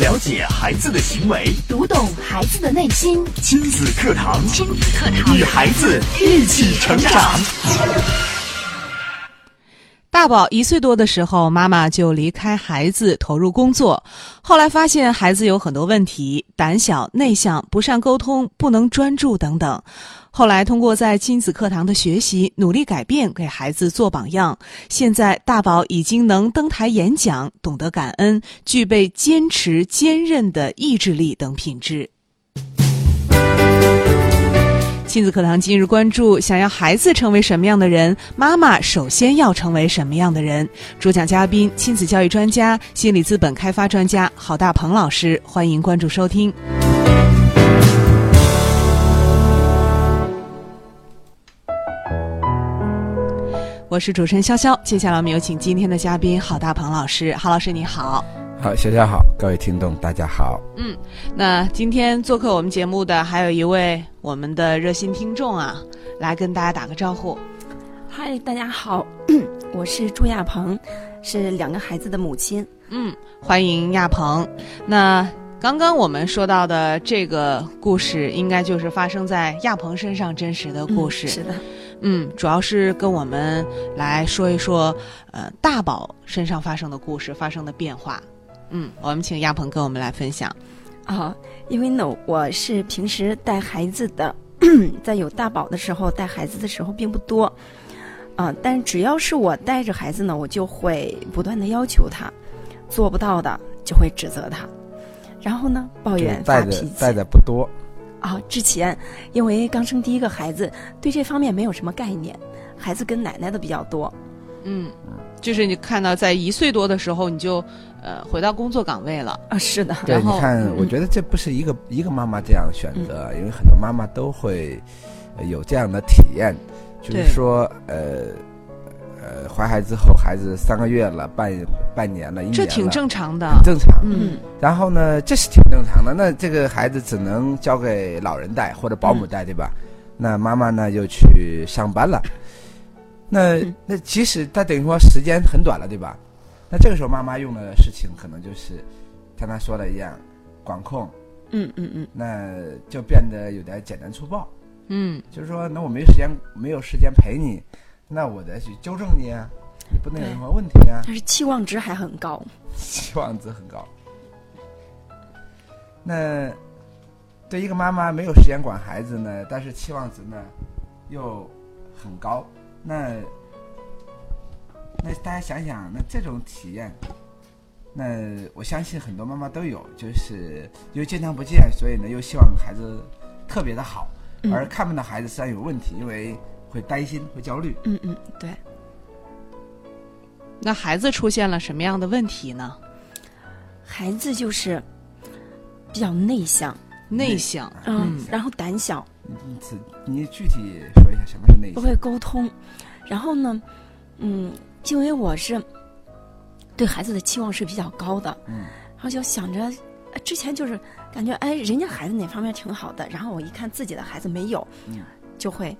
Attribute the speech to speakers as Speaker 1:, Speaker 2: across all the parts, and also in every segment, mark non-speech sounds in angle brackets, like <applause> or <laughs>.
Speaker 1: 了解孩子的行为，
Speaker 2: 读懂孩子的内心，
Speaker 1: 亲子课堂，
Speaker 2: 亲子课堂
Speaker 1: 与孩子一起成长。
Speaker 3: 大宝一岁多的时候，妈妈就离开孩子，投入工作。后来发现孩子有很多问题，胆小、内向、不善沟通、不能专注等等。后来通过在亲子课堂的学习，努力改变，给孩子做榜样。现在大宝已经能登台演讲，懂得感恩，具备坚持、坚韧的意志力等品质。亲子课堂今日关注：想要孩子成为什么样的人，妈妈首先要成为什么样的人？主讲嘉宾：亲子教育专家、心理资本开发专家郝大鹏老师。欢迎关注收听。我是主持人潇潇，接下来我们有请今天的嘉宾郝大鹏老师。郝老师，你好。
Speaker 4: 好，小家好，各位听众大家好。
Speaker 3: 那今天做客我们节目的还有一位我们的热心听众啊，来跟大家打个招呼。
Speaker 5: 嗨，大家好， <clears throat> 我是朱亚鹏，是两个孩子的母亲。
Speaker 3: 嗯，欢迎亚鹏。那刚刚我们说到的这个故事，应该就是发生在亚鹏身上真实的呃故事。
Speaker 5: 嗯是的，
Speaker 3: 嗯，主要是跟我们来说一说，呃，大宝身上发生的故事发生的变化。嗯，我们请亚鹏跟我们来分享。
Speaker 5: 啊，因为呢，我是平时带孩子的， <clears throat> 在有大宝的时候带孩子的时候并不多，啊，但只要是我带着孩子呢，我就会不断的要求他，做不到的就会指责他，然后呢，抱
Speaker 4: 就是
Speaker 5: 怨发
Speaker 4: 带的
Speaker 5: 脾
Speaker 4: 带
Speaker 5: 气。
Speaker 4: 的不多，
Speaker 5: 啊，之前因为刚生第一个孩子，对这方面没有什么概念，孩子跟奶奶的比较多。
Speaker 3: 嗯，就是你看到在一岁多的时候，你就呃回到工作岗位了。
Speaker 5: 啊，是的，
Speaker 4: 对，
Speaker 3: 然
Speaker 4: 你
Speaker 3: 后
Speaker 4: 看，
Speaker 5: 嗯
Speaker 4: 我觉得这不是一个一个妈妈这样选择，因为很多妈妈都会呃有这样的体验，就是
Speaker 3: 对
Speaker 4: 说，呃呃，怀孩之后，孩子三个月了，半半年了，一年
Speaker 3: 这
Speaker 4: 了，
Speaker 3: 挺正常的
Speaker 4: 很。正常。
Speaker 3: 嗯，
Speaker 4: 然后呢，这是挺正常的。那这个孩子只能交给老人带或者保姆带，对吧？那妈妈呢又去上班了。那
Speaker 5: 嗯
Speaker 4: 那即使他等于说时间很短了，对吧？那这个时候妈妈用的事情可能就是像他说的一样，管控，
Speaker 5: 嗯嗯嗯，
Speaker 4: 那就变得有点简单粗暴。
Speaker 3: 嗯，
Speaker 4: 就是说，那我没有时间，没有时间陪你，那我得去纠正你啊，你不能有
Speaker 5: 对
Speaker 4: 任何问题啊，
Speaker 5: 但是期望值还很高。
Speaker 4: 期望值很高。那对一个妈妈没有时间管孩子呢，但是期望值呢又很高，那那大家想想，那这种体验，那我相信很多妈妈都有，就是因为经常不见，所以呢又希望孩子特别的好，
Speaker 5: 嗯
Speaker 4: 而看不到孩子实际上有问题，因为会担心、会焦虑。
Speaker 5: 嗯嗯，对，
Speaker 3: 那孩子出现了什么样的问题呢？
Speaker 5: 孩子就是比较内向，
Speaker 3: 内向，
Speaker 5: 嗯，
Speaker 3: 嗯
Speaker 5: 然后胆小，
Speaker 4: 你此你具体说一下什么是内
Speaker 5: 不
Speaker 4: 向？
Speaker 5: 会沟通，然后呢，嗯，因为我是对孩子的期望是比较高的，
Speaker 4: 嗯，
Speaker 5: 然后就想着。呃之前就是感觉哎，人家孩子哪方面挺好的，然后我一看自己的孩子没有，
Speaker 4: 嗯
Speaker 5: 就会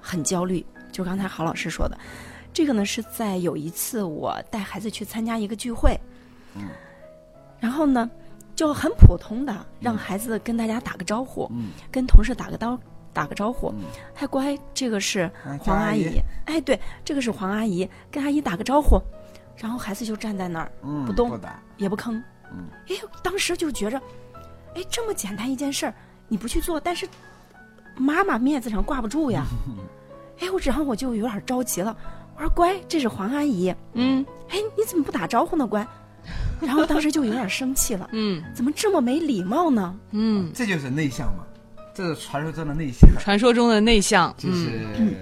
Speaker 5: 很焦虑。就刚才郝老师说的，这个呢是在有一次我带孩子去参加一个聚会，
Speaker 4: 嗯
Speaker 5: 然后呢就很普通的让孩子跟大家打个招呼，
Speaker 4: 嗯
Speaker 5: 跟同事打个招打个招呼，
Speaker 4: 嗯，
Speaker 5: 嗨乖，这个是
Speaker 4: 嗯
Speaker 5: 黄
Speaker 4: 张
Speaker 5: 阿姨，哎对，这个是黄阿姨，跟阿姨打个招呼，然后孩子就站在那儿
Speaker 4: 嗯，
Speaker 5: 不动
Speaker 4: 打，
Speaker 5: 也不吭，
Speaker 4: 嗯，
Speaker 5: 哎呦，当时就觉着，哎，这么简单一件事儿你不去做，但是妈妈面子上挂不住 <laughs> 呀，哎，我然后我就有点着急了，我说乖，这是黄阿姨，
Speaker 3: 嗯
Speaker 5: 哎，你怎么不打招呼呢，乖？ <laughs> 然后当时就有点生气了，
Speaker 3: 嗯
Speaker 5: 怎么这么没礼貌呢？
Speaker 3: 嗯，
Speaker 4: 这就是内向嘛，这是传说中的内向，
Speaker 5: 嗯
Speaker 3: 传说中的内向，
Speaker 4: 就是
Speaker 3: 嗯、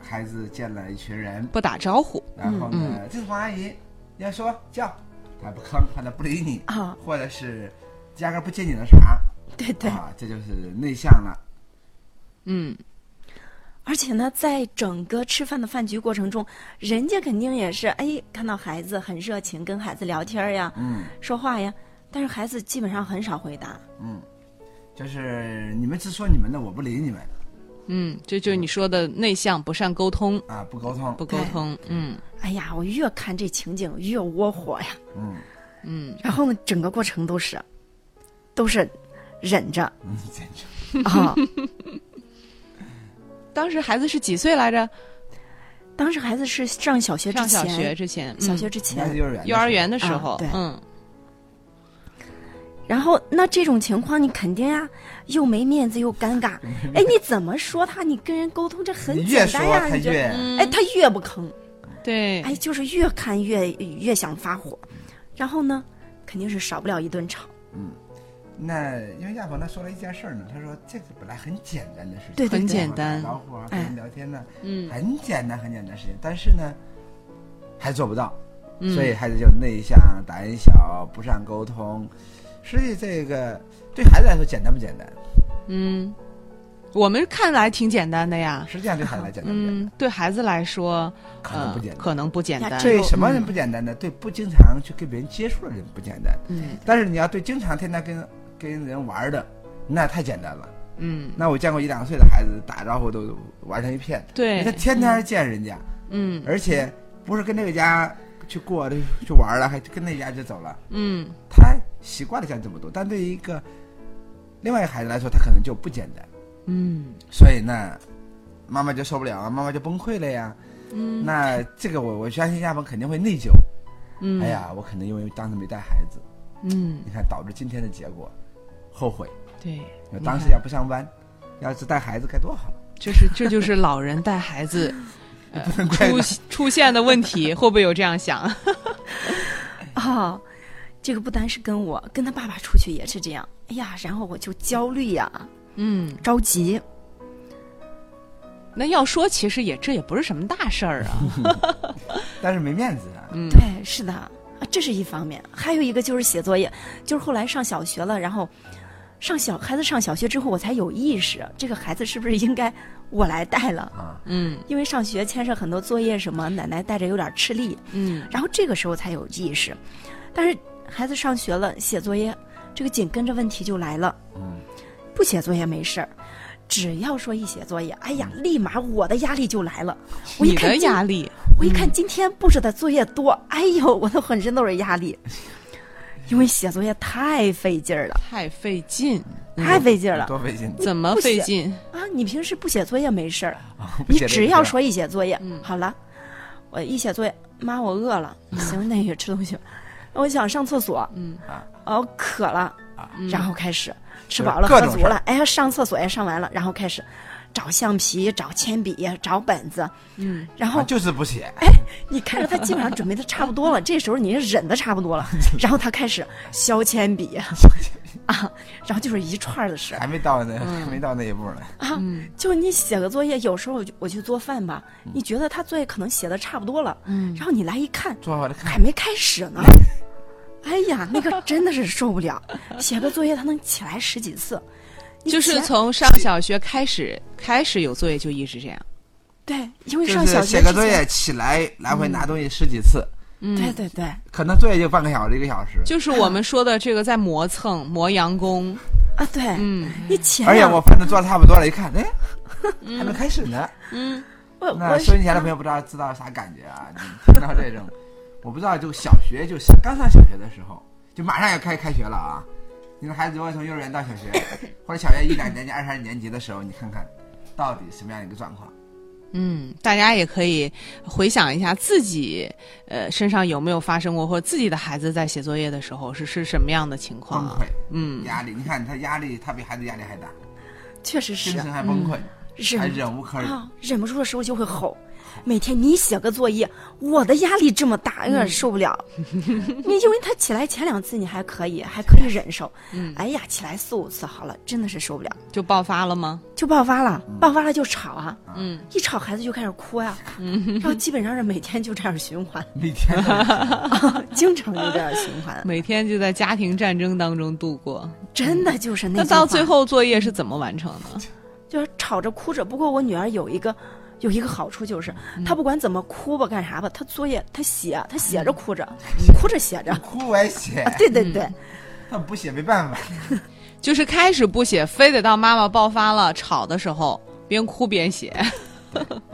Speaker 4: 孩子见了一群人，
Speaker 3: 不打招呼，
Speaker 5: 嗯
Speaker 4: 然后呢，这是黄阿姨，要说叫，他不吭，他不理你，
Speaker 5: 啊，
Speaker 4: 或者是压根儿不接你的茬，
Speaker 5: 对对，
Speaker 4: 啊，这就是内向了。
Speaker 3: 嗯
Speaker 5: 而且呢，在整个吃饭的饭局过程中，人家肯定也是哎，看到孩子很热情，跟孩子聊天儿呀、
Speaker 4: 嗯
Speaker 5: 说话呀，但是孩子基本上很少回答。
Speaker 4: 嗯，就是你们只说你们的，我不理你们
Speaker 3: 嗯，这就是你说的内向，不善沟通，
Speaker 4: 啊，不沟通
Speaker 3: 不。沟通，嗯
Speaker 5: 哎呀，我越看这情景越窝火呀！
Speaker 4: 嗯，
Speaker 3: 嗯，
Speaker 5: 然后呢，整个过程都是都是忍
Speaker 4: <laughs>
Speaker 5: 着
Speaker 4: 嗯，简直
Speaker 5: 啊。
Speaker 3: 当时孩子是几岁来着？
Speaker 5: 当时孩子是上小学之
Speaker 3: 上
Speaker 5: 前，
Speaker 3: 小学之前，嗯
Speaker 5: 小学之
Speaker 4: 应该是
Speaker 5: 前，
Speaker 4: 幼儿园，
Speaker 3: 幼儿园的时候，
Speaker 5: 啊对
Speaker 3: 嗯，
Speaker 5: 然后那这种情况你肯定呀，又没面子又
Speaker 4: <laughs>
Speaker 5: 尴尬。哎，你怎么说他？你跟人沟通这很
Speaker 4: 你越
Speaker 5: 简
Speaker 4: 说
Speaker 5: 单呀，
Speaker 4: 他
Speaker 5: 你就
Speaker 4: 越
Speaker 5: 哎他越不吭，
Speaker 3: 嗯对，
Speaker 5: 哎就是越看越越想发火，然后呢，肯定是少不了一顿吵。
Speaker 4: 那因为亚鹏他说了一件事儿呢，他说这个本来很简单的事情，
Speaker 5: 对对
Speaker 3: 很
Speaker 5: 对
Speaker 3: 简单
Speaker 4: 打招呼啊，跟
Speaker 5: 哎
Speaker 4: 人聊天呢，
Speaker 3: 嗯
Speaker 4: 很简单很简单的事情，但是呢，还做不到，
Speaker 3: 嗯，
Speaker 4: 所以孩子就内向、胆小、不善沟通。实际这个对孩子来说简单不简单？
Speaker 3: 嗯，我们看来挺简单的呀，
Speaker 4: 实际上对孩子来讲简单不简
Speaker 3: 啊嗯，对孩子来说，
Speaker 4: 单？可能不简
Speaker 3: 呃
Speaker 4: 单。
Speaker 3: 可能不简
Speaker 5: 呀
Speaker 3: 单，
Speaker 5: 这
Speaker 4: 对什么人不简单呢？对不经常去跟别人接触的人不简单，
Speaker 3: 嗯
Speaker 4: 但是你要对经常天天跟跟人玩的，那太简单了。
Speaker 5: <laughs>
Speaker 3: 嗯，
Speaker 4: 那我见过一两岁的孩子打招呼都玩成一片，
Speaker 3: 对
Speaker 4: 他，天天见人家，
Speaker 3: 嗯
Speaker 4: 而且不是跟这个家去过的去玩了，还跟那家就走了。
Speaker 3: 嗯
Speaker 5: <laughs>
Speaker 4: 他习惯了像这么多，但对于一个另外一个孩子来说，他可能就不简单。
Speaker 3: 嗯
Speaker 4: 所以呢，妈妈就受不了啊，妈妈就崩溃了呀。嗯，那这个我我相信亚鹏肯定会内疚。
Speaker 3: 嗯，
Speaker 4: 哎，呀，我可能因为当时没带孩子，
Speaker 3: 嗯
Speaker 4: 你看导致今天的结果，后悔。
Speaker 3: 对，
Speaker 5: 嗯
Speaker 4: 当时
Speaker 3: 你
Speaker 4: 要
Speaker 3: 看
Speaker 4: 不上班，要是带孩子该多好。
Speaker 3: 就是这就是老人带孩 <laughs> 子。呃
Speaker 4: 怪
Speaker 3: 出出现的问题会不会有这样想？哎
Speaker 5: 啊、这个不单是跟我，跟他爸爸出去也是这样。哎呀，然后我就焦虑呀、
Speaker 3: <laughs> 嗯，
Speaker 5: 着急。
Speaker 3: 那要说其实也这也不是什么大事 <laughs> 儿啊。
Speaker 4: 但是没面子啊。
Speaker 3: 嗯
Speaker 5: 对，是的，啊，这是一方面。还有一个就是写作业，就是后来上小学了，然后上小孩子上小学之后，我才有意识，这个孩子是不是应该我来带了？
Speaker 4: 啊，
Speaker 3: 嗯
Speaker 5: 因为上学牵涉很多作业什么，奶奶带着有点吃力，
Speaker 3: <laughs> 嗯
Speaker 5: 然后这个时候才有意识。但是孩子上学了，写作业，这个紧跟着问题就来了。
Speaker 4: 嗯，
Speaker 5: 不写作业没事儿，只要说一写作业，哎呀，立马我的压力就来
Speaker 3: <laughs>
Speaker 5: 了。我一
Speaker 3: 嗯你
Speaker 5: 看
Speaker 3: 的
Speaker 5: 今
Speaker 3: 压力，嗯
Speaker 5: 我一看今天布置的作业多，哎呦，我的浑身都是
Speaker 3: <laughs>
Speaker 5: 压力，因为写作业太费劲儿了，
Speaker 3: 太费劲，
Speaker 5: 太费劲儿了
Speaker 4: 多费劲。
Speaker 3: 怎么
Speaker 5: 不
Speaker 3: 费
Speaker 5: 写
Speaker 3: 劲？
Speaker 5: 啊！你平时不写作业没事儿，
Speaker 4: 不
Speaker 5: 你
Speaker 4: 写这
Speaker 5: 只
Speaker 4: 个字
Speaker 5: 要
Speaker 4: 儿
Speaker 5: 说一写作业，
Speaker 3: 嗯
Speaker 5: 好了，我一写作业，妈，我饿了，行，那也吃东西吧，我想上厕所，
Speaker 3: 嗯
Speaker 5: 哦，我渴了，
Speaker 3: 嗯
Speaker 5: 然后开始
Speaker 4: 啊就是
Speaker 5: 吃饱了，
Speaker 4: 各
Speaker 5: 喝
Speaker 4: 种
Speaker 5: 足
Speaker 4: 事儿
Speaker 5: 了，哎呀，上厕所也上完了，然后开始找橡皮、找铅笔、找本子，
Speaker 3: 嗯，
Speaker 5: 然后
Speaker 4: 啊就是不写，
Speaker 5: 你看着他基本上准备的差
Speaker 4: <laughs>
Speaker 5: 不多了，这时候你是忍的差不多了，然后他开始削铅笔，
Speaker 4: <laughs>
Speaker 5: 啊，然后就是一串儿的事儿。啊
Speaker 4: 还没到那，
Speaker 5: 嗯
Speaker 4: 还没到那一步呢。
Speaker 3: 嗯
Speaker 5: 就你写个作业，有时候我就我去做饭吧，
Speaker 4: 嗯
Speaker 5: 你觉得他作业可能写的差不多了，
Speaker 3: 嗯
Speaker 5: 然后你来一看，
Speaker 4: 做好了看
Speaker 5: 还没开始
Speaker 3: <laughs>
Speaker 5: 呢。哎呀，那个真的是受不了，写个作业他能起来十几次，你
Speaker 3: 就是
Speaker 5: 前
Speaker 3: 从上小学开始，开始有作业就一直这样。
Speaker 5: 对，因为
Speaker 4: 就
Speaker 5: 上小
Speaker 4: 是
Speaker 5: 学
Speaker 4: 写
Speaker 5: 嗯
Speaker 4: 个
Speaker 5: 之
Speaker 4: 作业
Speaker 5: 前，
Speaker 4: 起来来回拿东西十几次，
Speaker 3: 嗯
Speaker 5: 对对啊对，
Speaker 4: 可能作业就半个小时一个小时。
Speaker 3: 就是我们说的这个在磨蹭、磨洋工。
Speaker 5: 啊对，
Speaker 3: <laughs> 嗯
Speaker 5: 你前
Speaker 4: 而且
Speaker 5: 两
Speaker 4: 我饭都做的差不多了，一看，哎，还没开始呢。
Speaker 3: 嗯
Speaker 5: 我
Speaker 4: 那
Speaker 5: 我
Speaker 4: 收音前的朋友不知道知道啥感觉啊？你听到这种，我不知道，就小学就是刚上小学的时候，就马上要开开学了啊！你的孩子如果从幼儿园到小学，
Speaker 5: <laughs>
Speaker 4: 或者小学一两年级、二三年级的时候，你看看到底什么样一个状况？
Speaker 3: 嗯，大家也可以回想一下自己，呃，身上有没有发生过，或者自己的孩子在写作业的时候是是什么样的情
Speaker 4: 崩
Speaker 3: 况啊？
Speaker 4: 溃、
Speaker 3: 嗯
Speaker 4: 压力，你看他压力，他比孩子压力还大，
Speaker 5: 确实
Speaker 4: 精
Speaker 5: 是
Speaker 4: 神还崩溃，
Speaker 5: 嗯是
Speaker 4: 还忍无可忍。
Speaker 5: 啊，忍不住的时候就会吼。每天你写个作业，我的压力这么大，有点受
Speaker 3: <laughs>
Speaker 5: 不了。你因为他起来前两次你还可以，还可以忍受。
Speaker 3: 嗯
Speaker 5: 哎呀，起来四五次好了，真的是受不了，
Speaker 3: 就爆发了吗？
Speaker 5: 就爆发了，爆发了就吵啊，
Speaker 3: 嗯
Speaker 5: 一吵孩子就开始哭呀、然后基本上是每天就这样循环， <laughs>
Speaker 4: 每天都
Speaker 5: 经常就这样循环，
Speaker 3: 每天就在家庭战争当中度过。
Speaker 5: <laughs> 真的就是那
Speaker 3: 那
Speaker 5: 句
Speaker 3: 到
Speaker 5: 话
Speaker 3: 最后作业是怎么完成的？
Speaker 5: 就是吵着哭着。不过我女儿有一个有一个好处就是，
Speaker 3: 嗯
Speaker 5: 她不管怎么哭吧干啥吧，她作业她写，她写
Speaker 3: 嗯
Speaker 5: 着哭着，哭着写着。
Speaker 4: 哭我也写
Speaker 5: 啊，，
Speaker 3: 哎
Speaker 5: <laughs> 对对对，
Speaker 4: 那不写没办法。
Speaker 3: 就是开始不写，非得到妈妈爆发了、吵的时候，边哭边写。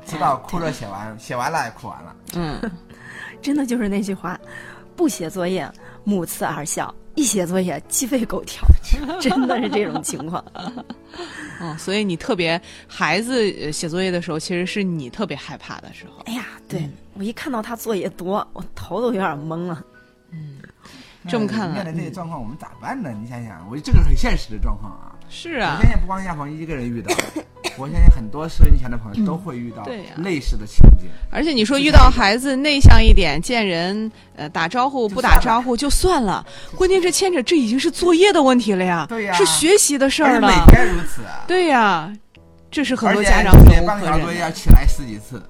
Speaker 4: 知
Speaker 5: <laughs>
Speaker 4: 道哭着写完，写完了也哭完了，
Speaker 3: 嗯
Speaker 5: 真的就是那句话，不写作业，目呲而笑，一写作业鸡飞狗跳， <laughs> 真的是这种情况。
Speaker 3: 哦，所以你特别孩子呃写作业的时候，其实是你特别害怕的时候。
Speaker 5: 哎呀，对、
Speaker 2: 嗯
Speaker 5: 我一看到他作业多，我头都有点懵了。
Speaker 3: 这么看来嗯
Speaker 4: 面对这些状况，我们咋办呢？你想想，我觉得这个是很现实的状况啊。
Speaker 3: 是
Speaker 4: 我
Speaker 3: 啊
Speaker 4: 相，信不光亚鹏一个人遇到，我相信很多收音前的朋友都会遇到
Speaker 3: 嗯对呀
Speaker 4: 类似的情景。
Speaker 3: 而且你说遇到孩子内向一点，见人呃打招呼
Speaker 4: 就
Speaker 3: 不
Speaker 4: 算
Speaker 3: 打
Speaker 4: 了
Speaker 3: 招呼就
Speaker 4: <laughs>
Speaker 3: 算了，关键是牵扯这已经是作业的问题了呀，
Speaker 4: 对呀
Speaker 3: 是学习的事
Speaker 4: 而
Speaker 3: 儿
Speaker 4: 且
Speaker 3: 了
Speaker 4: 每，天如此啊，
Speaker 3: 对呀，这是很
Speaker 4: 而
Speaker 3: 多
Speaker 4: 且
Speaker 3: 家长
Speaker 4: 写
Speaker 3: 忍无
Speaker 4: 半个
Speaker 3: 可
Speaker 4: 小时作
Speaker 3: 忍
Speaker 4: 业
Speaker 3: 的。
Speaker 4: 要起来十几次，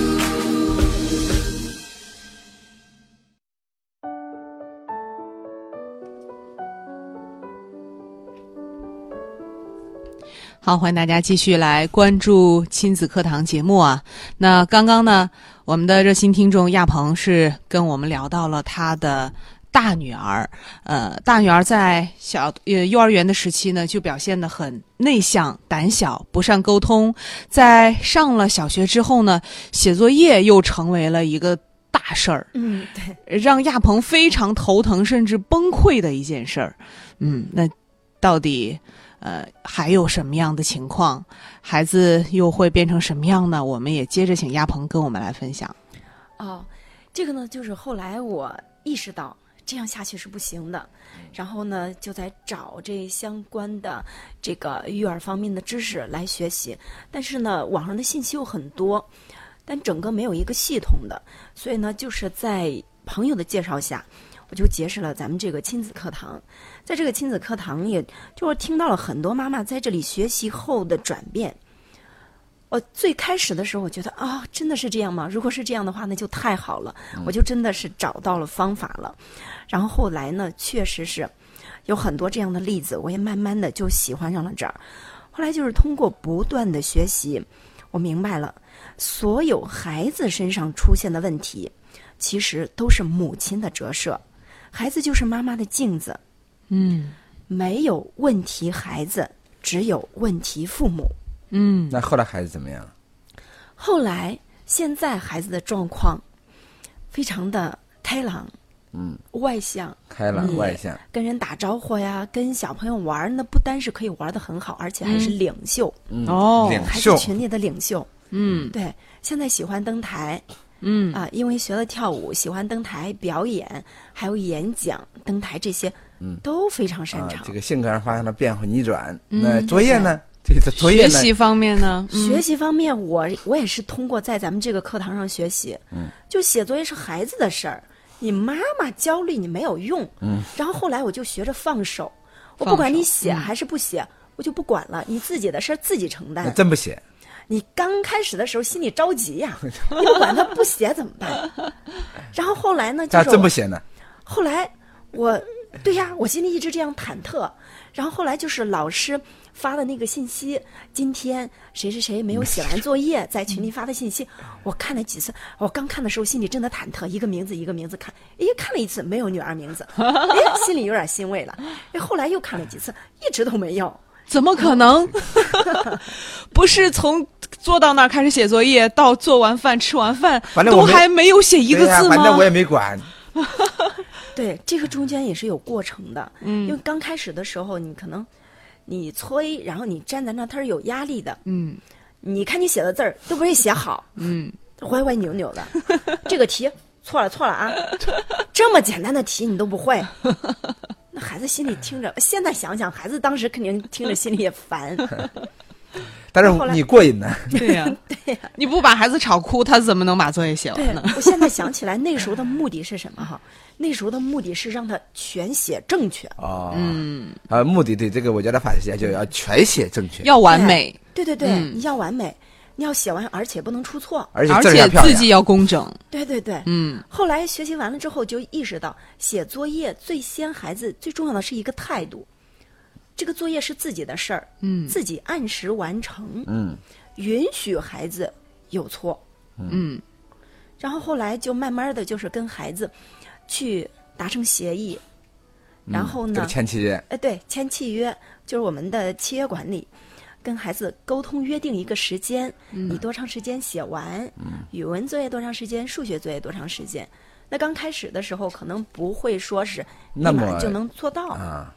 Speaker 3: 好，欢迎大家继续来关注亲子课堂节目啊。那刚刚呢，我们的热心听众亚鹏是跟我们聊到了他的大女儿，呃，大女儿在小呃幼儿园的时期呢，就表现得很内向、胆小、不善沟通。在上了小学之后呢，写作业又成为了一个大事儿，
Speaker 5: 嗯，对，
Speaker 3: 让亚鹏非常头疼甚至崩溃的一件事儿。嗯，那到底呃还有什么样的情况，孩子又会变成什么样呢？我们也接着请亚鹏跟我们来分享。
Speaker 5: 哦，这个呢，就是后来我意识到这样下去是不行的，然后呢，就在找这相关的这个育儿方面的知识来学习，但是呢，网上的信息又很多，但整个没有一个系统的，所以呢，就是在朋友的介绍下。我就结识了咱们这个亲子课堂，在这个亲子课堂里，就是听到了很多妈妈在这里学习后的转变，我呃最开始的时候，我觉得啊、真的是这样吗？如果是这样的话，那就太好了，我就真的是找到了方法了。然后后来呢，确实是有很多这样的例子，我也慢慢的就喜欢上了这儿。后来就是通过不断的学习，我明白了，所有孩子身上出现的问题，其实都是母亲的折射，孩子就是妈妈的镜子，
Speaker 3: 嗯
Speaker 5: 没有问题孩子，只有问题父母。
Speaker 3: 嗯
Speaker 4: 那后来孩子怎么样？
Speaker 5: 后来现在孩子的状况非常的开朗，
Speaker 4: 嗯，
Speaker 5: 外向，
Speaker 4: 开
Speaker 3: 嗯
Speaker 4: 朗外向，
Speaker 5: 跟人打招呼呀，跟小朋友玩儿，那不单是可以玩得很好，而且还是领袖，
Speaker 4: 嗯
Speaker 3: 哦
Speaker 4: 领
Speaker 5: 孩
Speaker 4: 袖
Speaker 5: 子，群里的领袖。
Speaker 3: 嗯
Speaker 5: 对，现在喜欢登台
Speaker 3: 嗯
Speaker 5: 啊、因为学了跳舞，喜欢登台表演，还有演讲、登台这些，
Speaker 4: 嗯
Speaker 5: 都非常擅
Speaker 4: 啊
Speaker 5: 长。，
Speaker 4: 这个性格上发生了变化逆转。
Speaker 3: 嗯
Speaker 4: 那作业呢？这个作业
Speaker 3: 学
Speaker 4: 呢？
Speaker 3: 习方面呢？嗯
Speaker 5: 学习方面我，我也是通过在咱们这个课堂上学习，嗯，就写作业是孩子的事儿，你妈妈焦虑你没有用，嗯，然后后来我就学着放手，我
Speaker 3: 放
Speaker 5: 不管
Speaker 3: 手
Speaker 5: 你写还是不写，我就不管了，你自己的事儿自己承
Speaker 4: 那
Speaker 5: 担。
Speaker 4: 真不写，
Speaker 5: 你刚开始的时候心里着急呀，你不管他不写怎么办？然后后来呢，就
Speaker 4: 咋
Speaker 5: 是我
Speaker 4: 真不写呢？
Speaker 5: 后来我，对呀，我心里一直这样忐忑。然后后来就是老师发的那个信息，今天谁谁谁没有写完作业，在群里发的信息，我看了几次。我刚看的时候心里真的忐忑，一个名字一个名字看，诶，看了一次没哎有女儿名字，哎，心里有点欣慰了。哎，后来又看了几次，一直都没有。
Speaker 3: 怎么可能？ <laughs> 不是从坐到那儿开始写作业，到做完饭、吃完饭，
Speaker 4: 反正
Speaker 3: 都
Speaker 4: 我没
Speaker 3: 还没有写一个
Speaker 4: 对呀
Speaker 3: 字吗？
Speaker 4: 反
Speaker 3: <laughs>
Speaker 4: 正我也没管。
Speaker 5: 对，这个中间也是有过程的，因为
Speaker 3: 嗯
Speaker 5: 刚开始的时候，你可能你催，然后你站在那儿，它是有压力的。
Speaker 3: 嗯
Speaker 5: 你看你写的字儿都不是写好，
Speaker 3: 嗯，
Speaker 5: 歪歪扭扭的， <laughs> 这个题错了错了啊， <laughs> 这么简单的题你都不会，那孩子心里听着，现在想想，孩子当时肯定听着心里也
Speaker 3: <laughs>
Speaker 5: 烦。
Speaker 4: 但
Speaker 5: 后
Speaker 4: 是
Speaker 5: 来
Speaker 4: 你过瘾呢？
Speaker 3: 对呀、对呀、
Speaker 4: <laughs>
Speaker 3: <laughs> 你不把孩子吵哭，他怎么能把作业写完
Speaker 5: 对
Speaker 3: 呢？，
Speaker 5: 我现在想起来那时候的目的是什么哈？那时候的目的是让他全写正确。
Speaker 4: 哦，嗯，啊，目的对这个，我觉得反思一下，就要全写正确，
Speaker 3: 要完美，
Speaker 5: 对对对，
Speaker 3: 嗯
Speaker 5: 你要完美，你要写完，而且不能出错。
Speaker 4: 而且
Speaker 3: 而
Speaker 4: 字儿要
Speaker 3: 且
Speaker 4: 漂
Speaker 3: 字迹
Speaker 4: 亮。
Speaker 3: 要工整。
Speaker 5: 对对对，
Speaker 3: 嗯
Speaker 5: 后来学习完了之后，就意识到写作业最先孩子最重要的是一个态度，这个作业是自己的事儿，
Speaker 3: 嗯
Speaker 5: 自己按时完成，
Speaker 4: 嗯，
Speaker 5: 允许孩子有错。
Speaker 3: 嗯
Speaker 5: 然后后来就慢慢的就是跟孩子去达成协议，
Speaker 3: 嗯
Speaker 5: 然后
Speaker 4: 这
Speaker 5: 呢
Speaker 4: 个，前期
Speaker 5: 呃，对，签契约就是我们的契约管理，跟孩子沟通约定一个时间，
Speaker 4: 嗯
Speaker 5: 你多长时间写完，语文作业多长时间，数学作业多长时间。那刚开始的时候可能不会说是立
Speaker 4: 那
Speaker 5: 马
Speaker 4: 么
Speaker 5: 就能做到，
Speaker 4: 啊，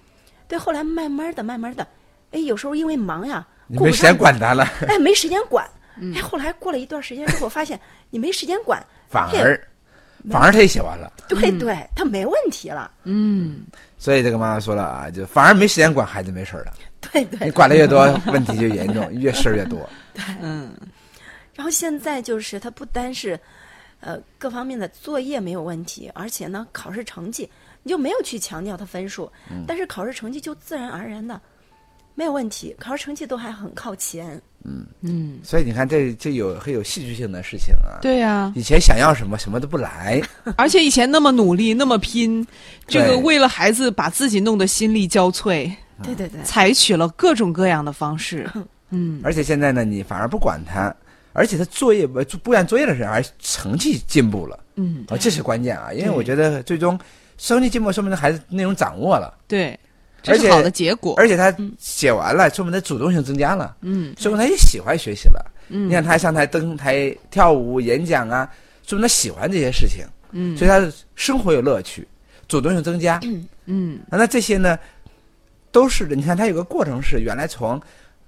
Speaker 5: 对，后来慢慢的、慢慢的，哎，有时候因为忙呀，
Speaker 4: 你
Speaker 5: 顾
Speaker 4: 没
Speaker 5: 不
Speaker 4: 时间
Speaker 5: 上
Speaker 4: 管嗯他了，
Speaker 5: 哎，没时间
Speaker 4: <laughs>
Speaker 5: 管。哎，后来过了一段时间之后，发现你没时间
Speaker 4: <laughs>
Speaker 5: 管，
Speaker 4: 反
Speaker 5: 嘿
Speaker 4: 而反而他也写完了。
Speaker 5: 对对，他没问题了。
Speaker 3: 嗯，
Speaker 4: 所以这个妈妈说了啊，就反而没时间管孩子没事儿了。
Speaker 3: <laughs>
Speaker 5: 对对
Speaker 4: 你，管的越多，问题就严重，越事儿越多。
Speaker 5: 然后现在就是他不单是，呃，各方面的作业没有问题，而且呢，考试成绩你就没有去强调他分数，但是考试成绩就自然而然的没有问题，考试成绩都还很靠前。
Speaker 4: 所以你看这，这有很有戏剧性的事情啊。，
Speaker 3: 嗯对呀、
Speaker 4: 以前想要什么，什么都不来。
Speaker 3: 而且以前那么努力，那么拼，这个
Speaker 4: 对
Speaker 3: 为了孩子把自己弄得心力交瘁，
Speaker 5: 对对对，
Speaker 3: 采取了各种各样的
Speaker 4: <laughs>
Speaker 3: 方式。嗯
Speaker 4: 而且现在呢，你反而不管他，而且他作业不不按作业的事，而成绩进步了。
Speaker 3: 嗯，
Speaker 4: 啊，这是关键啊，因为
Speaker 3: 对
Speaker 4: 我觉得最终成绩进步，说明他孩子内容掌握了，
Speaker 3: 对，这
Speaker 4: 而
Speaker 3: 是
Speaker 4: 且
Speaker 3: 好的结果。
Speaker 4: 而且他写完了，说明他主动性增加了，
Speaker 3: 嗯
Speaker 4: 说明他也喜欢学习了。
Speaker 3: 嗯
Speaker 4: 你看他上台登台跳舞、演讲啊，说明他喜欢这些事情，
Speaker 3: 嗯
Speaker 4: 所以他生活有乐趣，主动性增加。
Speaker 3: 嗯
Speaker 4: 啊那这些呢，都是的。你看，它有个过程是，原来从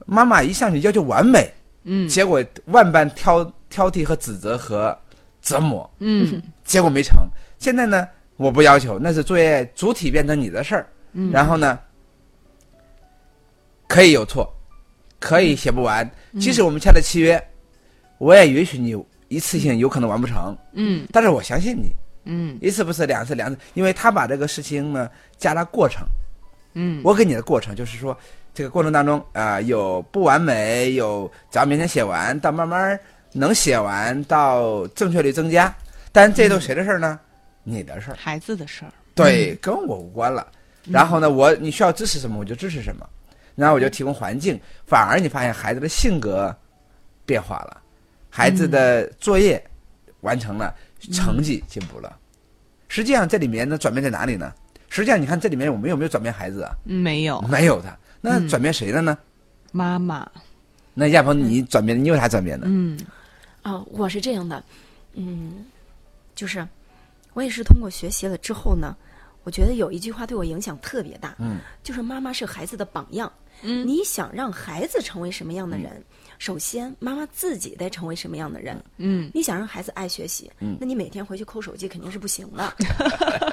Speaker 4: 妈妈一上去要求完美，
Speaker 3: 嗯
Speaker 4: 结果万般挑挑剔和指责和折磨，
Speaker 3: 嗯
Speaker 4: 结果没成。现在呢，我不要求，那是作业主体变成你的事儿，
Speaker 3: 嗯，
Speaker 4: 然后呢，可以有错，可以写不完，
Speaker 3: 嗯
Speaker 4: 即使我们签了契约，我也允许你一次性有可能完不成，
Speaker 3: 嗯
Speaker 4: 但是我相信你。
Speaker 3: 嗯
Speaker 4: 一次不是两次，两次，因为他把这个事情呢加了过程。
Speaker 3: 嗯
Speaker 4: 我给你的过程就是说，这个过程当中啊、有不完美，有只要明天写完，到慢慢儿能写完，到正确率增加。但这
Speaker 3: 嗯
Speaker 4: 都谁的事儿呢？你的事儿，
Speaker 3: 孩子的事儿。
Speaker 4: 对，跟我无关了。然后呢，我你需要支持什么，我就支持什么，然后我就提供环境。反而你发现孩子的性格变化了，孩子的作业完成了，成绩进步了。实际上这里面呢，转变在哪里呢？实际上你看这里面我们有没有转变孩子啊？
Speaker 3: 嗯没有
Speaker 4: 没有的。那转变谁的呢？
Speaker 3: 妈妈，
Speaker 4: 那亚鹏，你转变，你有啥转变呢？
Speaker 3: 嗯
Speaker 5: 啊，我是这样的，嗯，就是我也是通过学习了之后呢，我觉得有一句话对我影响特别大，
Speaker 4: 嗯，
Speaker 5: 就是妈妈是孩子的榜样。
Speaker 3: 嗯
Speaker 5: 你想让孩子成为什么样
Speaker 4: 嗯
Speaker 5: 的人，首先妈妈自己得成为什么样的人。
Speaker 3: 嗯
Speaker 5: 你想让孩子爱学习，
Speaker 4: 嗯
Speaker 5: 那你每天回去抠手机肯定是不行
Speaker 4: <laughs>
Speaker 5: 的。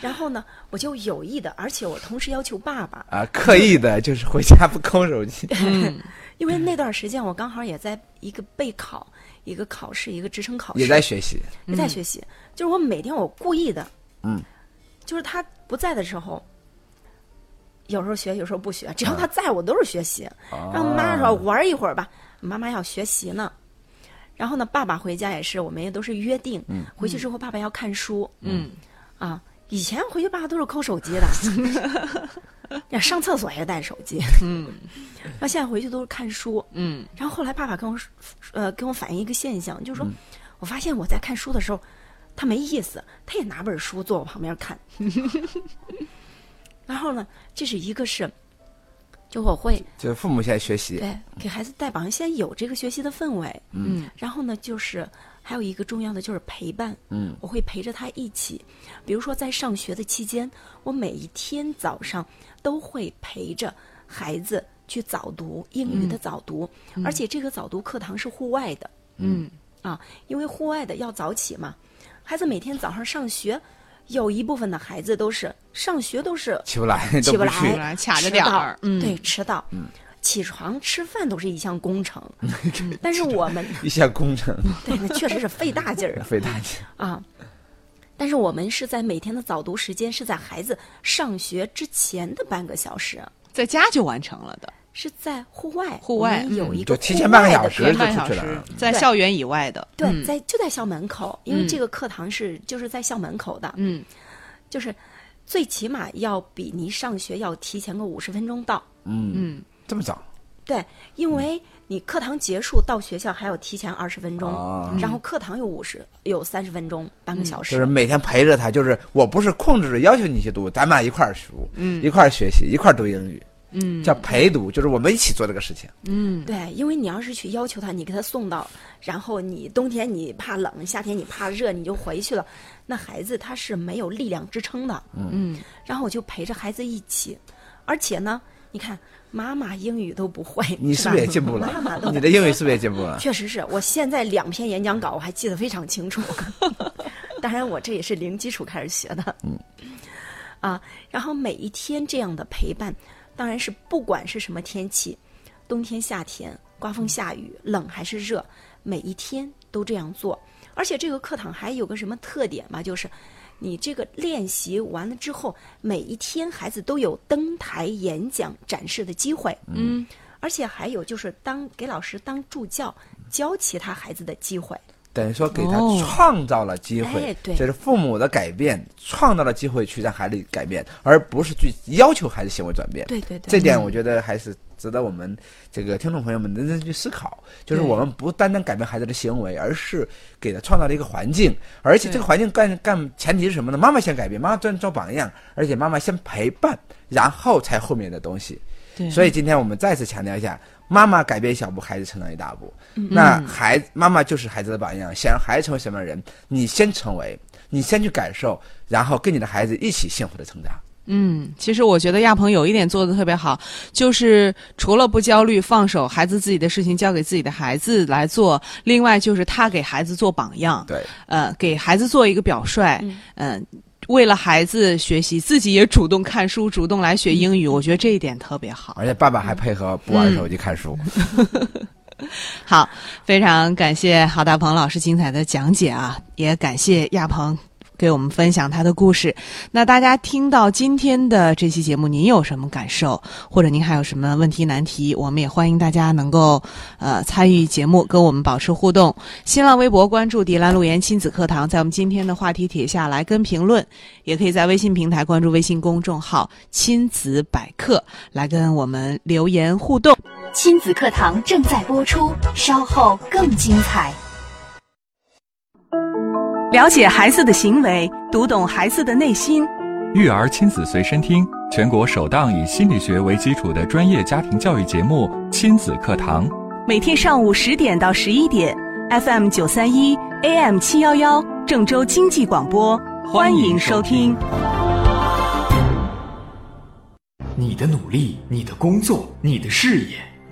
Speaker 5: 然后呢，我就有意的，而且我同时要求爸爸，
Speaker 4: 啊，刻意的就是回家不抠手机。
Speaker 3: 嗯
Speaker 5: 因为那段时间我刚好也在一个备考、一个考试、一个职称考试，
Speaker 4: 也在学习，
Speaker 5: 也
Speaker 3: 嗯
Speaker 5: 在学习，就是我每天我故意的，
Speaker 4: 嗯，
Speaker 5: 就是他不在的时候，有时候学，有时候不学，
Speaker 3: 嗯
Speaker 5: 只要他在我都是学习。
Speaker 3: 啊
Speaker 5: 让妈说玩一会儿吧，妈妈要学习呢。然后呢，爸爸回家也是，我们也都是约定，回去之后爸爸要看书，
Speaker 3: 嗯
Speaker 5: 啊，以前回去爸爸都是抠手机
Speaker 3: <laughs>
Speaker 5: 的，那上厕所也带手机，
Speaker 3: 嗯
Speaker 5: 然后现在回去都是看书，
Speaker 3: 嗯
Speaker 5: 然后后来爸爸跟我说，呃，跟我反映一个现象，就是说，我发现我在看书的时候，他没意思，他也拿本书坐 <laughs> 我旁边看。然后呢，这是一个是，就我会
Speaker 4: 就是父母现在学习，
Speaker 5: 对给孩子带榜，现在有这个学习的氛围。
Speaker 3: 嗯，
Speaker 5: 然后呢，就是还有一个重要的就是陪伴，
Speaker 4: 嗯，
Speaker 5: 我会陪着他一起。比如说在上学的期间，我每一天早上都会陪着孩子去早读，英语的早读，而且这个早读课堂是户外的，
Speaker 3: 嗯
Speaker 5: 啊，因为户外的要早起嘛。孩子每天早上上学，有一部分的孩子都是上学都是
Speaker 4: 起不来， <laughs> 都
Speaker 5: 起不
Speaker 4: 不
Speaker 5: 来，
Speaker 4: 去
Speaker 3: 不来卡着
Speaker 5: 迟
Speaker 3: 点
Speaker 5: 到
Speaker 3: 儿嗯
Speaker 5: 对，迟到，起床吃饭都是一项工
Speaker 4: <laughs>
Speaker 5: 程，
Speaker 4: 嗯
Speaker 5: 嗯但是我们
Speaker 4: 一项工程，
Speaker 5: 对，那确实是费
Speaker 4: <laughs>
Speaker 5: 大劲儿啊
Speaker 4: 费大劲。
Speaker 5: 啊。但是我们是在每天的早读时间是在孩子上学之前的半个小时，
Speaker 3: 在家就完成了的，
Speaker 5: 是在户外，
Speaker 3: 户外嗯
Speaker 5: 我们有一
Speaker 4: 就
Speaker 5: 个
Speaker 4: 提
Speaker 5: 户
Speaker 4: 前半个
Speaker 5: 外
Speaker 4: 小
Speaker 5: 的
Speaker 4: 时
Speaker 5: 课
Speaker 4: 就
Speaker 3: 半
Speaker 4: 出
Speaker 3: 小
Speaker 4: 去了
Speaker 3: 时
Speaker 4: 嗯
Speaker 3: 在
Speaker 5: 对
Speaker 3: 校园以外的，
Speaker 5: 对，
Speaker 3: 嗯
Speaker 5: 在就在校门口，因为
Speaker 3: 嗯
Speaker 5: 这个课堂是就是在校门口的，
Speaker 3: 嗯
Speaker 5: 就是最起码要比你上学要提前个五十分钟到。
Speaker 4: 嗯，
Speaker 3: 嗯
Speaker 4: 这么早
Speaker 5: 对，因
Speaker 4: 嗯
Speaker 5: 为你课堂结束到学校还要提前二十分钟，
Speaker 4: 啊
Speaker 5: 然后课堂有五十有三十分钟，半个小时。
Speaker 4: 就是每天陪着他，就是我不是控制着要求你去读，咱们俩一块儿读，
Speaker 3: 嗯
Speaker 4: 一块儿学习，一块儿读英语，
Speaker 3: 嗯
Speaker 4: 叫陪读，就是我们一起做这个事情。
Speaker 3: 嗯，
Speaker 5: 对，因为你要是去要求他，你给他送到，然后你冬天你怕冷，夏天你怕热，你就回去了，那孩子他是没有力量支撑的。
Speaker 3: 嗯，
Speaker 5: 然后我就陪着孩子一起，而且呢，你看妈妈英语都不会，
Speaker 4: 你是不是也进步
Speaker 5: 妈妈
Speaker 4: 了？
Speaker 5: 都
Speaker 4: <laughs> 你的英语是不是也进步了？
Speaker 5: 确实是我现在两篇演讲稿我还记得非常清楚， <laughs> 当然我这也是零基础开始学的。嗯，啊，然后每一天这样的陪伴，当然是不管是什么天气，冬天、夏天、刮风下雨、冷还是热，每一天都这样做。而且这个课堂还有个什么特点嘛，就是你这个练习完了之后，每一天孩子都有登台演讲展示的机会。
Speaker 3: 嗯，
Speaker 5: 而且还有就是当给老师当助教，教其他孩子的机会。
Speaker 4: 等于说给他
Speaker 3: 哦
Speaker 4: 创造了机会，
Speaker 5: 哎对
Speaker 4: 这是父母的改变，创造了机会去让孩子改变，而不是去要求孩子行为转变。
Speaker 5: 对对对
Speaker 4: 这点我觉得还是值得我们这个听众朋友们认真去思考，就是我们不单单改变孩子的行为，而是给他创造了一个环境，而且这个环境干干前提是什么呢？妈妈先改变，妈妈做做榜样，而且妈妈先陪伴，然后才后面的东西。
Speaker 3: 对，
Speaker 4: 所以今天我们再次强调一下，妈妈改变一小步，孩子成长一大步。那孩妈妈就是孩子的榜样，想让孩子成为什么样的人，你先成为，你先去感受，然后跟你的孩子一起幸福的成长。
Speaker 3: 嗯，其实我觉得亚鹏有一点做的特别好，就是除了不焦虑、放手，孩子自己的事情交给自己的孩子来做，另外就是他给孩子做榜样，
Speaker 4: 对，
Speaker 3: 呃，给孩子做一个表率，嗯。为了孩子学习，自己也主动看书，主动来学英语，我觉得这一点特别好。
Speaker 4: 而且爸爸还配合不玩手机看书。
Speaker 3: 好，非常感谢郝大鹏老师精彩的讲解啊，也感谢亚鹏给我们分享他的故事。那大家听到今天的这期节目，您有什么感受，或者您还有什么问题难题，我们也欢迎大家能够呃参与节目，跟我们保持互动。新浪微博关注“迪兰路言亲子课堂”，在我们今天的话题帖下来跟评论，也可以在微信平台关注微信公众号“亲子百科”来跟我们留言互动。
Speaker 2: 亲子课堂正在播出，稍后更精彩。
Speaker 3: 了解孩子的行为，读懂孩子的内心。
Speaker 6: 育儿亲子随身听，全国首档以心理学为基础的专业家庭教育节目《亲子课堂》。
Speaker 3: 每天上午十点到十一点，FM 九三一，AM 七幺幺，郑州经济广播，欢迎收听。
Speaker 1: 你的努力，你的工作，你的事业，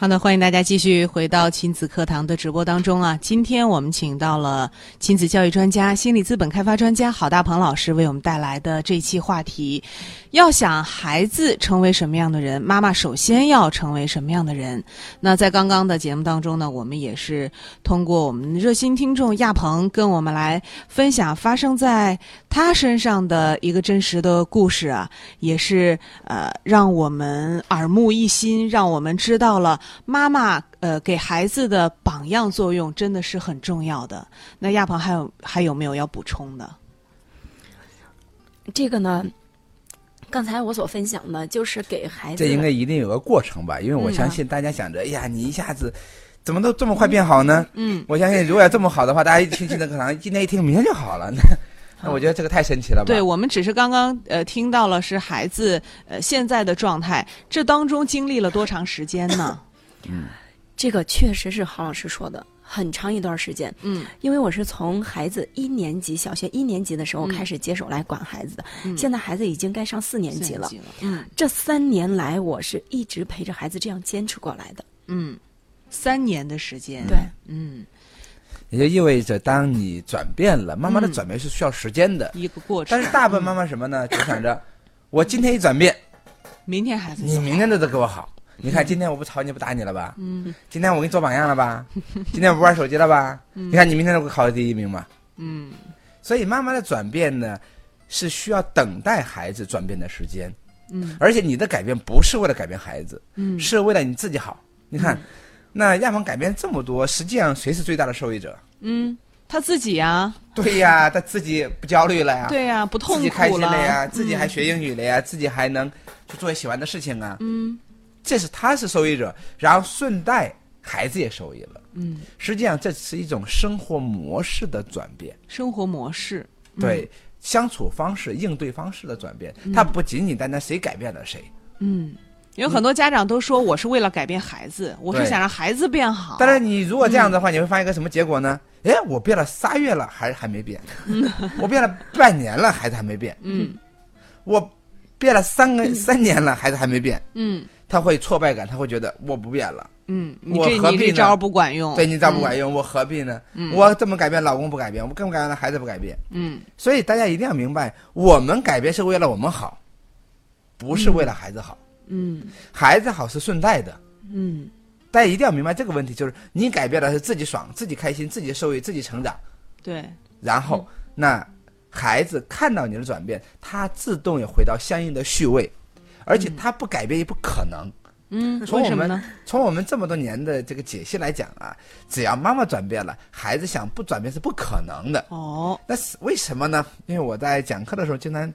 Speaker 3: 好的，欢迎大家继续回到亲子课堂的直播当中啊！今天我们请到了亲子教育专家、心理资本开发专家郝大鹏老师为我们带来的这一期话题：要想孩子成为什么样的人，妈妈首先要成为什么样的人。那在刚刚的节目当中呢，我们也是通过我们热心听众亚鹏跟我们来分享发生在他身上的一个真实的故事啊，也是呃让我们耳目一新，让我们知道了妈妈呃给孩子的榜样作用真的是很重要的。那亚鹏还有还有没有要补充的？
Speaker 5: 这个呢，刚才我所分享的就是给孩子
Speaker 4: 这应该一定有个过程吧？因为
Speaker 3: 嗯
Speaker 4: 我相信大家想着，哎呀，你一下子怎么都这么快变好呢？
Speaker 3: 嗯，
Speaker 4: 我相信如果要这么好的话，大家一听心的课堂，今天一听，明天就好了。那那我觉得这个太神奇了吧？
Speaker 3: 嗯对，我们只是刚刚呃听到了是孩子呃现在的状态，这当中经历了多长时间
Speaker 4: <coughs>
Speaker 3: 呢？
Speaker 5: 这个确实是郝老师说的，很长一段时间。
Speaker 3: 嗯，
Speaker 5: 因为我是从孩子一年级，小学一年级的时候
Speaker 4: 嗯
Speaker 5: 开始接手来管孩子的，现在孩子已经该上四年级了。
Speaker 3: 嗯
Speaker 5: 这三年来，我是一直陪着孩子这样坚持过来的。
Speaker 3: 嗯，三年的时间。
Speaker 5: 对，
Speaker 3: 嗯，
Speaker 4: 也就意味着，当你转变了，慢
Speaker 3: 嗯
Speaker 4: 慢的转变是需要时间的。
Speaker 3: 一个过程
Speaker 4: 但。是大部分妈妈什么呢？就想着，我今天一转变，
Speaker 3: 明天孩子
Speaker 4: 你明天的都给我好。你看，今天我不吵你，不打你了吧？嗯。今天我给你做榜样了吧？今天我不玩手机了
Speaker 3: <laughs>
Speaker 4: 吧？你看，你明天能够考到第一名嘛？
Speaker 3: 嗯
Speaker 4: 所以妈妈的转变呢，是需要等待孩子转变的时间。
Speaker 3: 嗯，
Speaker 4: 而且你的改变不是为了改变孩子，
Speaker 3: 嗯
Speaker 4: 是为了你自己好。你看，那亚鹏改变这么多，实际上谁是最大的受益者？
Speaker 3: 嗯，他自己呀，
Speaker 4: 对呀，他自己不焦虑了呀，
Speaker 3: <laughs> 对呀，不
Speaker 4: 啊自
Speaker 3: 痛
Speaker 4: 己开
Speaker 3: 苦
Speaker 4: 心了呀，
Speaker 3: 了，
Speaker 4: 自己还学英语了呀，自己还能去做喜欢的事情啊。
Speaker 3: 嗯
Speaker 4: 这是他是受益者，然后顺带孩子也受益了。
Speaker 3: 嗯，
Speaker 4: 实际上这是一种生活模式的转变，
Speaker 3: 生活模式。嗯
Speaker 4: 对、相处方式、应对方式的转变，它不仅仅单单谁改变了谁。
Speaker 3: 嗯，有很多家长都说我是为了改变孩子，我是
Speaker 4: 对
Speaker 3: 想让孩子变好。嗯
Speaker 4: 当然，你如果这样的话，你会发现一个什么结果呢？哎，我变了仨月了，还还没
Speaker 3: <laughs>
Speaker 4: 变；我变了半年了，孩子还没变；
Speaker 3: 嗯
Speaker 4: 我变了三个三年了，孩子还没变。
Speaker 3: 嗯
Speaker 4: 他会挫败感，他会觉得我不变了，
Speaker 3: 嗯，你
Speaker 4: 我
Speaker 3: 这
Speaker 4: 何
Speaker 3: 你
Speaker 4: 必
Speaker 3: 这
Speaker 4: 呢
Speaker 3: 招不管用。
Speaker 4: 对你咋不管用？我何必呢？我这么改变，老公不改变；我这么改变，孩子不改变。
Speaker 3: 嗯
Speaker 4: 所以大家一定要明白，我们改变是为了我们好，不是为了孩子好。
Speaker 3: 嗯
Speaker 4: 孩子好是顺带的，
Speaker 3: 嗯
Speaker 4: 大家一定要明白这个问题，就是你改变了是自己爽、自己开心、自己受益、自己成长，
Speaker 3: 对，
Speaker 4: 然后、
Speaker 3: 嗯
Speaker 4: 那孩子看到你的转变，他自动也回到相应的序位，而且他不改变也不可能。
Speaker 3: 嗯，
Speaker 4: 从
Speaker 3: 为
Speaker 4: 我
Speaker 3: 什么
Speaker 4: 们
Speaker 3: 呢？
Speaker 4: 从我们这么多年的这个解析来讲啊，只要妈妈转变了，孩子想不转变是不可能的。
Speaker 3: 哦，
Speaker 4: 那是为什么呢？因为我在讲课的时候经常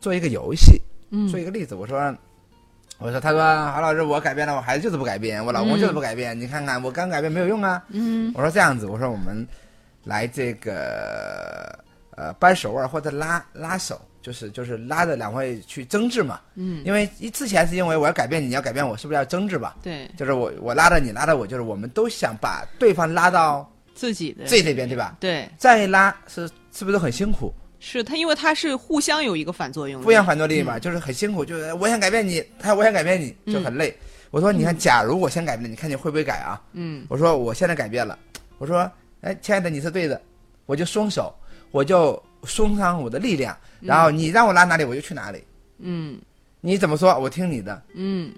Speaker 4: 做一个游戏，
Speaker 3: 嗯
Speaker 4: 做一个例子，我说，我说，他说，郝老师，我改变了，我孩子就是不改变，我老公就是不改变，你看看我刚改变没有用啊。
Speaker 3: 嗯
Speaker 4: 我说这样子，我说我们来这个呃扳手腕或者拉拉手，就是就是拉着两位去争执嘛。
Speaker 3: 嗯，
Speaker 4: 因为一之前是因为我要改变你，你要改变我，是不是要争执吧？
Speaker 3: 对
Speaker 4: 就是我我拉着你，拉着我，就是我们都想把对方拉到
Speaker 3: 自己的
Speaker 4: 自己这边，对吧？
Speaker 3: 对，
Speaker 4: 这样一拉是是不是都很辛苦？
Speaker 3: 是他，因为他是互相有一个反作用力。
Speaker 4: 负向反作力
Speaker 3: 嗯
Speaker 4: 嘛，就是很辛苦，就是哎我想改变你，他我想改变你，就很累。我说，你看，假如我先改变，你看你会不会改啊？
Speaker 3: 嗯
Speaker 4: 我说我现在改变了，我说，哎，亲爱的，你是对的，我就松手，我就松上我的力量，然后你让我拉哪里我就去哪里，
Speaker 3: 嗯
Speaker 4: 你怎么说我听你的，
Speaker 3: 嗯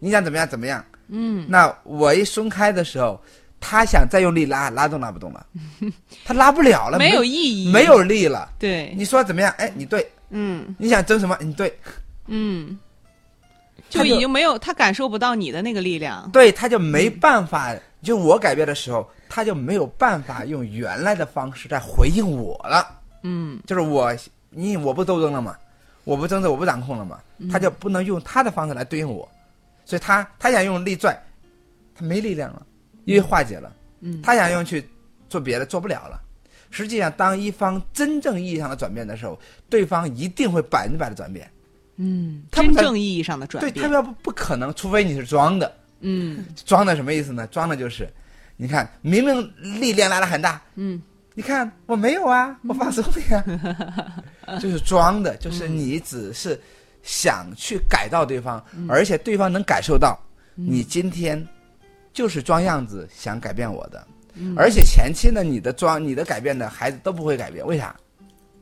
Speaker 4: 你想怎么样怎么样。
Speaker 3: 嗯，
Speaker 4: 那我一松开的时候，他想再用力拉，拉都拉不动
Speaker 3: <laughs>
Speaker 4: 了，他拉不了了，
Speaker 3: 没
Speaker 4: 没
Speaker 3: 有意义，
Speaker 4: 没有力了。
Speaker 3: 对，
Speaker 4: 你说怎么样？哎，你对，
Speaker 3: 嗯
Speaker 4: 你想争什么？你对，
Speaker 3: 嗯，
Speaker 4: 他
Speaker 3: 就
Speaker 4: 就
Speaker 3: 已经没有他感受不到你的那个力量。
Speaker 4: 对，他就没办法，就我改变的时候，他就没有办法用原来的方式在回应我了。
Speaker 3: 嗯
Speaker 4: 就是我，你我不斗争了吗？我不争执，我不掌控了吗？
Speaker 3: 嗯
Speaker 4: 他就不能用他的方式来对应我，所以他他想用力拽，他没力量了，因为化解了。
Speaker 3: 嗯
Speaker 4: 他想用去做别的，做不了了。实际上，当一方真正意义上的转变的时候，对方一定会百分之百的转变。
Speaker 3: 嗯，
Speaker 4: 他们
Speaker 3: 真
Speaker 4: 在
Speaker 3: 正意义上的转
Speaker 4: 对他
Speaker 3: 变
Speaker 4: 们。要不不可能，除非你是装的。
Speaker 3: 嗯
Speaker 4: 装的什么意思呢？装的就是，你看，明明力量拉的很大，
Speaker 3: 嗯，
Speaker 4: 你看我没有啊，我放松了
Speaker 3: <laughs>
Speaker 4: 呀，就是装的，就是
Speaker 3: 嗯
Speaker 4: 你只是想去改造对方，
Speaker 3: 嗯
Speaker 4: 而且对方能感受到你今天就是装样子想改变我的，
Speaker 3: 嗯
Speaker 4: 而且前期呢，你的装、你的改变呢，孩子都不会改变，为啥？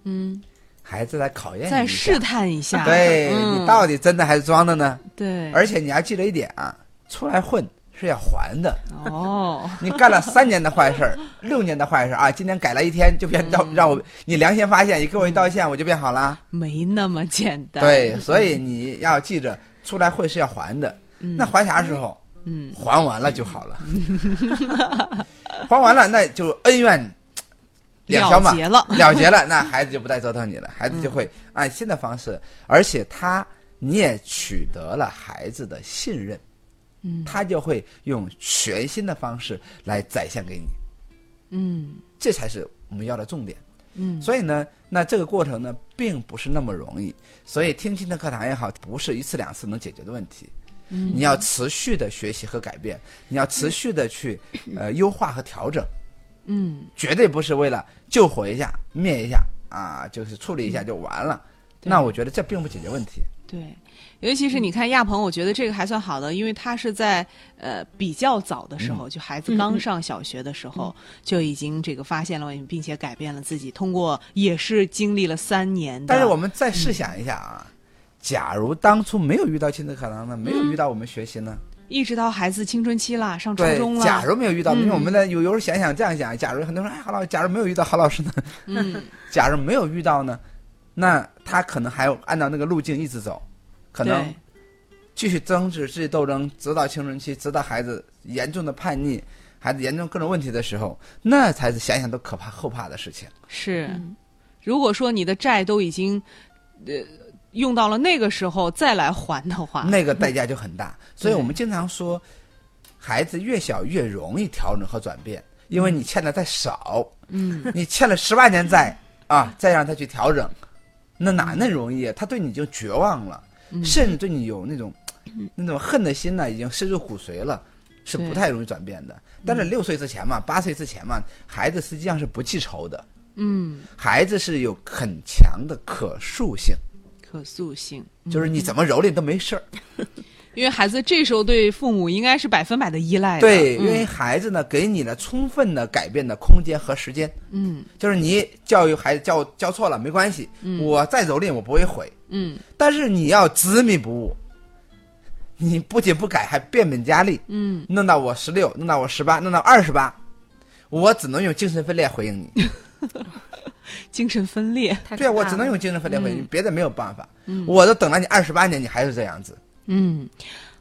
Speaker 3: 嗯，
Speaker 4: 孩子来考验
Speaker 3: 再
Speaker 4: 你一
Speaker 3: 试
Speaker 4: 下，
Speaker 3: 探一下。
Speaker 4: 对、
Speaker 3: 嗯
Speaker 4: 你到底真的还是装的呢？
Speaker 3: 对，
Speaker 4: 而且你要记得一点啊，出来混是要还的。
Speaker 3: 哦，
Speaker 4: 你干了三年的坏
Speaker 3: <laughs>
Speaker 4: 事儿，六年的坏事儿啊，今天改了一天就变
Speaker 3: 嗯
Speaker 4: 让让我你良心发现，你给我一道歉，我就变好啦。
Speaker 3: 没那么简单。
Speaker 4: 对，所以你要记着，出来会是要还的。那还啥时候？
Speaker 3: 嗯
Speaker 4: 还完了就好了，
Speaker 3: <laughs>
Speaker 4: 还完了那就恩怨两小
Speaker 3: 了
Speaker 4: 马
Speaker 3: 结了，
Speaker 4: <laughs> 了结了，那孩子就不再折腾你了，孩子就会按新的方式，而且他你也取得了孩子的信任，
Speaker 3: 嗯
Speaker 4: 他就会用全新的方式来展现给你，
Speaker 3: 嗯
Speaker 4: 这才是我们要的重点。
Speaker 3: 嗯
Speaker 4: 所以呢，那这个过程呢，并不是那么容易。所以听亲的课堂也好，不是一次两次能解决的问题。你要持续的学习和改变，你要持续的去呃优化和调整，
Speaker 3: 嗯
Speaker 4: 绝对不是为了救火一下、灭一下啊，就是处理一下就完了。
Speaker 3: 嗯对
Speaker 4: 那我觉得这并不解决问题。
Speaker 3: 对，尤其是
Speaker 4: 嗯
Speaker 3: 你看亚鹏，我觉得这个还算好的，因为他是在呃比较早的
Speaker 4: 嗯
Speaker 3: 时候，就孩子刚上小学的时候、就已经这个发现了问题，并且改变了自己，通过也是经历了三年的。
Speaker 4: 但是我们
Speaker 3: 嗯
Speaker 4: 再试想一下啊，假如当初没有遇到亲子课堂呢，没有遇到我们学习呢？
Speaker 3: 一直到孩子青春期啦，嗯上初
Speaker 4: 对
Speaker 3: 中，了，
Speaker 4: 假如没有遇到，
Speaker 3: 嗯
Speaker 4: 因为我们呢有有时候想想这样想，假如很多人说哎，郝老师，假如没有遇到郝老师呢？
Speaker 3: 嗯
Speaker 4: <laughs> 假如没有遇到呢，那他可能还按照那个路径一直走，可能
Speaker 3: 对
Speaker 4: 继续争执、继续斗争，直到青春期，直到孩子严重的叛逆、孩子严重各种问题的时候，那才是想想都可怕后怕的事情。
Speaker 3: 是、
Speaker 5: 嗯
Speaker 3: 如果说你的债都已经呃用到了那个时候再来还的话，
Speaker 4: 那个代价就很大。所以
Speaker 3: 对
Speaker 4: 我们经常说，孩子越小越容易调整和转变，因为你欠的再少，
Speaker 3: 嗯
Speaker 4: 你欠了十万年债啊，再让他去调整，那
Speaker 3: 嗯
Speaker 4: 哪那容易啊？他对你就绝望了，甚至对你有那种那种恨的心呢，已经深入骨髓了。是不
Speaker 3: 对嗯
Speaker 4: 太容易转变的，但是六岁之前嘛，八岁之前嘛，孩子实际上是不记仇的，
Speaker 3: 嗯，
Speaker 4: 孩子是有很强的可塑性，
Speaker 3: 可塑性，
Speaker 4: 就是
Speaker 3: 嗯
Speaker 4: 你怎么蹂躏都没事儿。
Speaker 3: 因为孩子这时候对父母应该是百分百的依赖的，
Speaker 4: 对，因
Speaker 3: 嗯
Speaker 4: 为孩子呢，给你了充分的改变的空间和时间。
Speaker 3: 嗯
Speaker 4: 就是你教育孩子教教错了没关系，我再蹂躏我不会悔，
Speaker 3: 嗯
Speaker 4: 但是你要执迷不悟，你不仅不改，还变本加厉，
Speaker 3: 嗯，
Speaker 4: 弄到我十六，弄到我十八，弄到二十八，我只能用精神分裂回应你。
Speaker 3: 精神分裂，
Speaker 5: 太
Speaker 4: 对啊，
Speaker 5: 可
Speaker 4: 我
Speaker 5: 怕
Speaker 4: 只能用精神分裂回应你，
Speaker 3: 嗯
Speaker 4: 别的没有办法。我都等了你二十八年，你还是这样子。
Speaker 3: 嗯。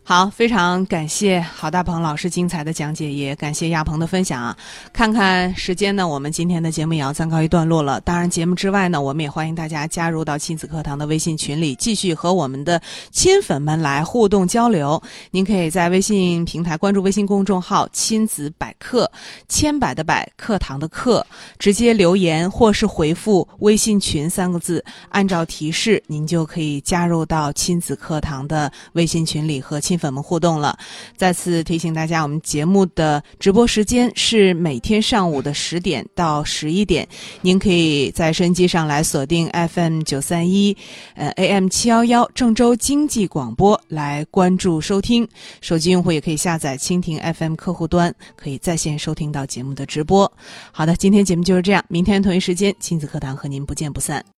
Speaker 3: 好，非常感谢郝大鹏老师精彩的讲解，也感谢亚鹏的分享啊。看看时间呢，我们今天的节目也要暂告一段落了。当然，节目之外呢，我们也欢迎大家加入到亲子课堂的微信群里，继续和我们的亲粉们来互动交流。您可以在微信平台关注微信公众号“亲子百科”，千百的百，课堂的课，直接留言或是回复“微信群”三个字，按照提示，您就可以加入到亲子课堂的微信群里和亲粉们互动了。再次提醒大家，我们节目的直播时间是每天上午的十点到十一点，您可以在收音机上来锁定 FM 九三一，呃 AM 七幺幺郑州经济广播来关注收听。手机用户也可以下载蜻蜓 FM 客户端，可以在线收听到节目的直播。好的，今天节目就是这样，明天同一时间亲子课堂和您不见不散。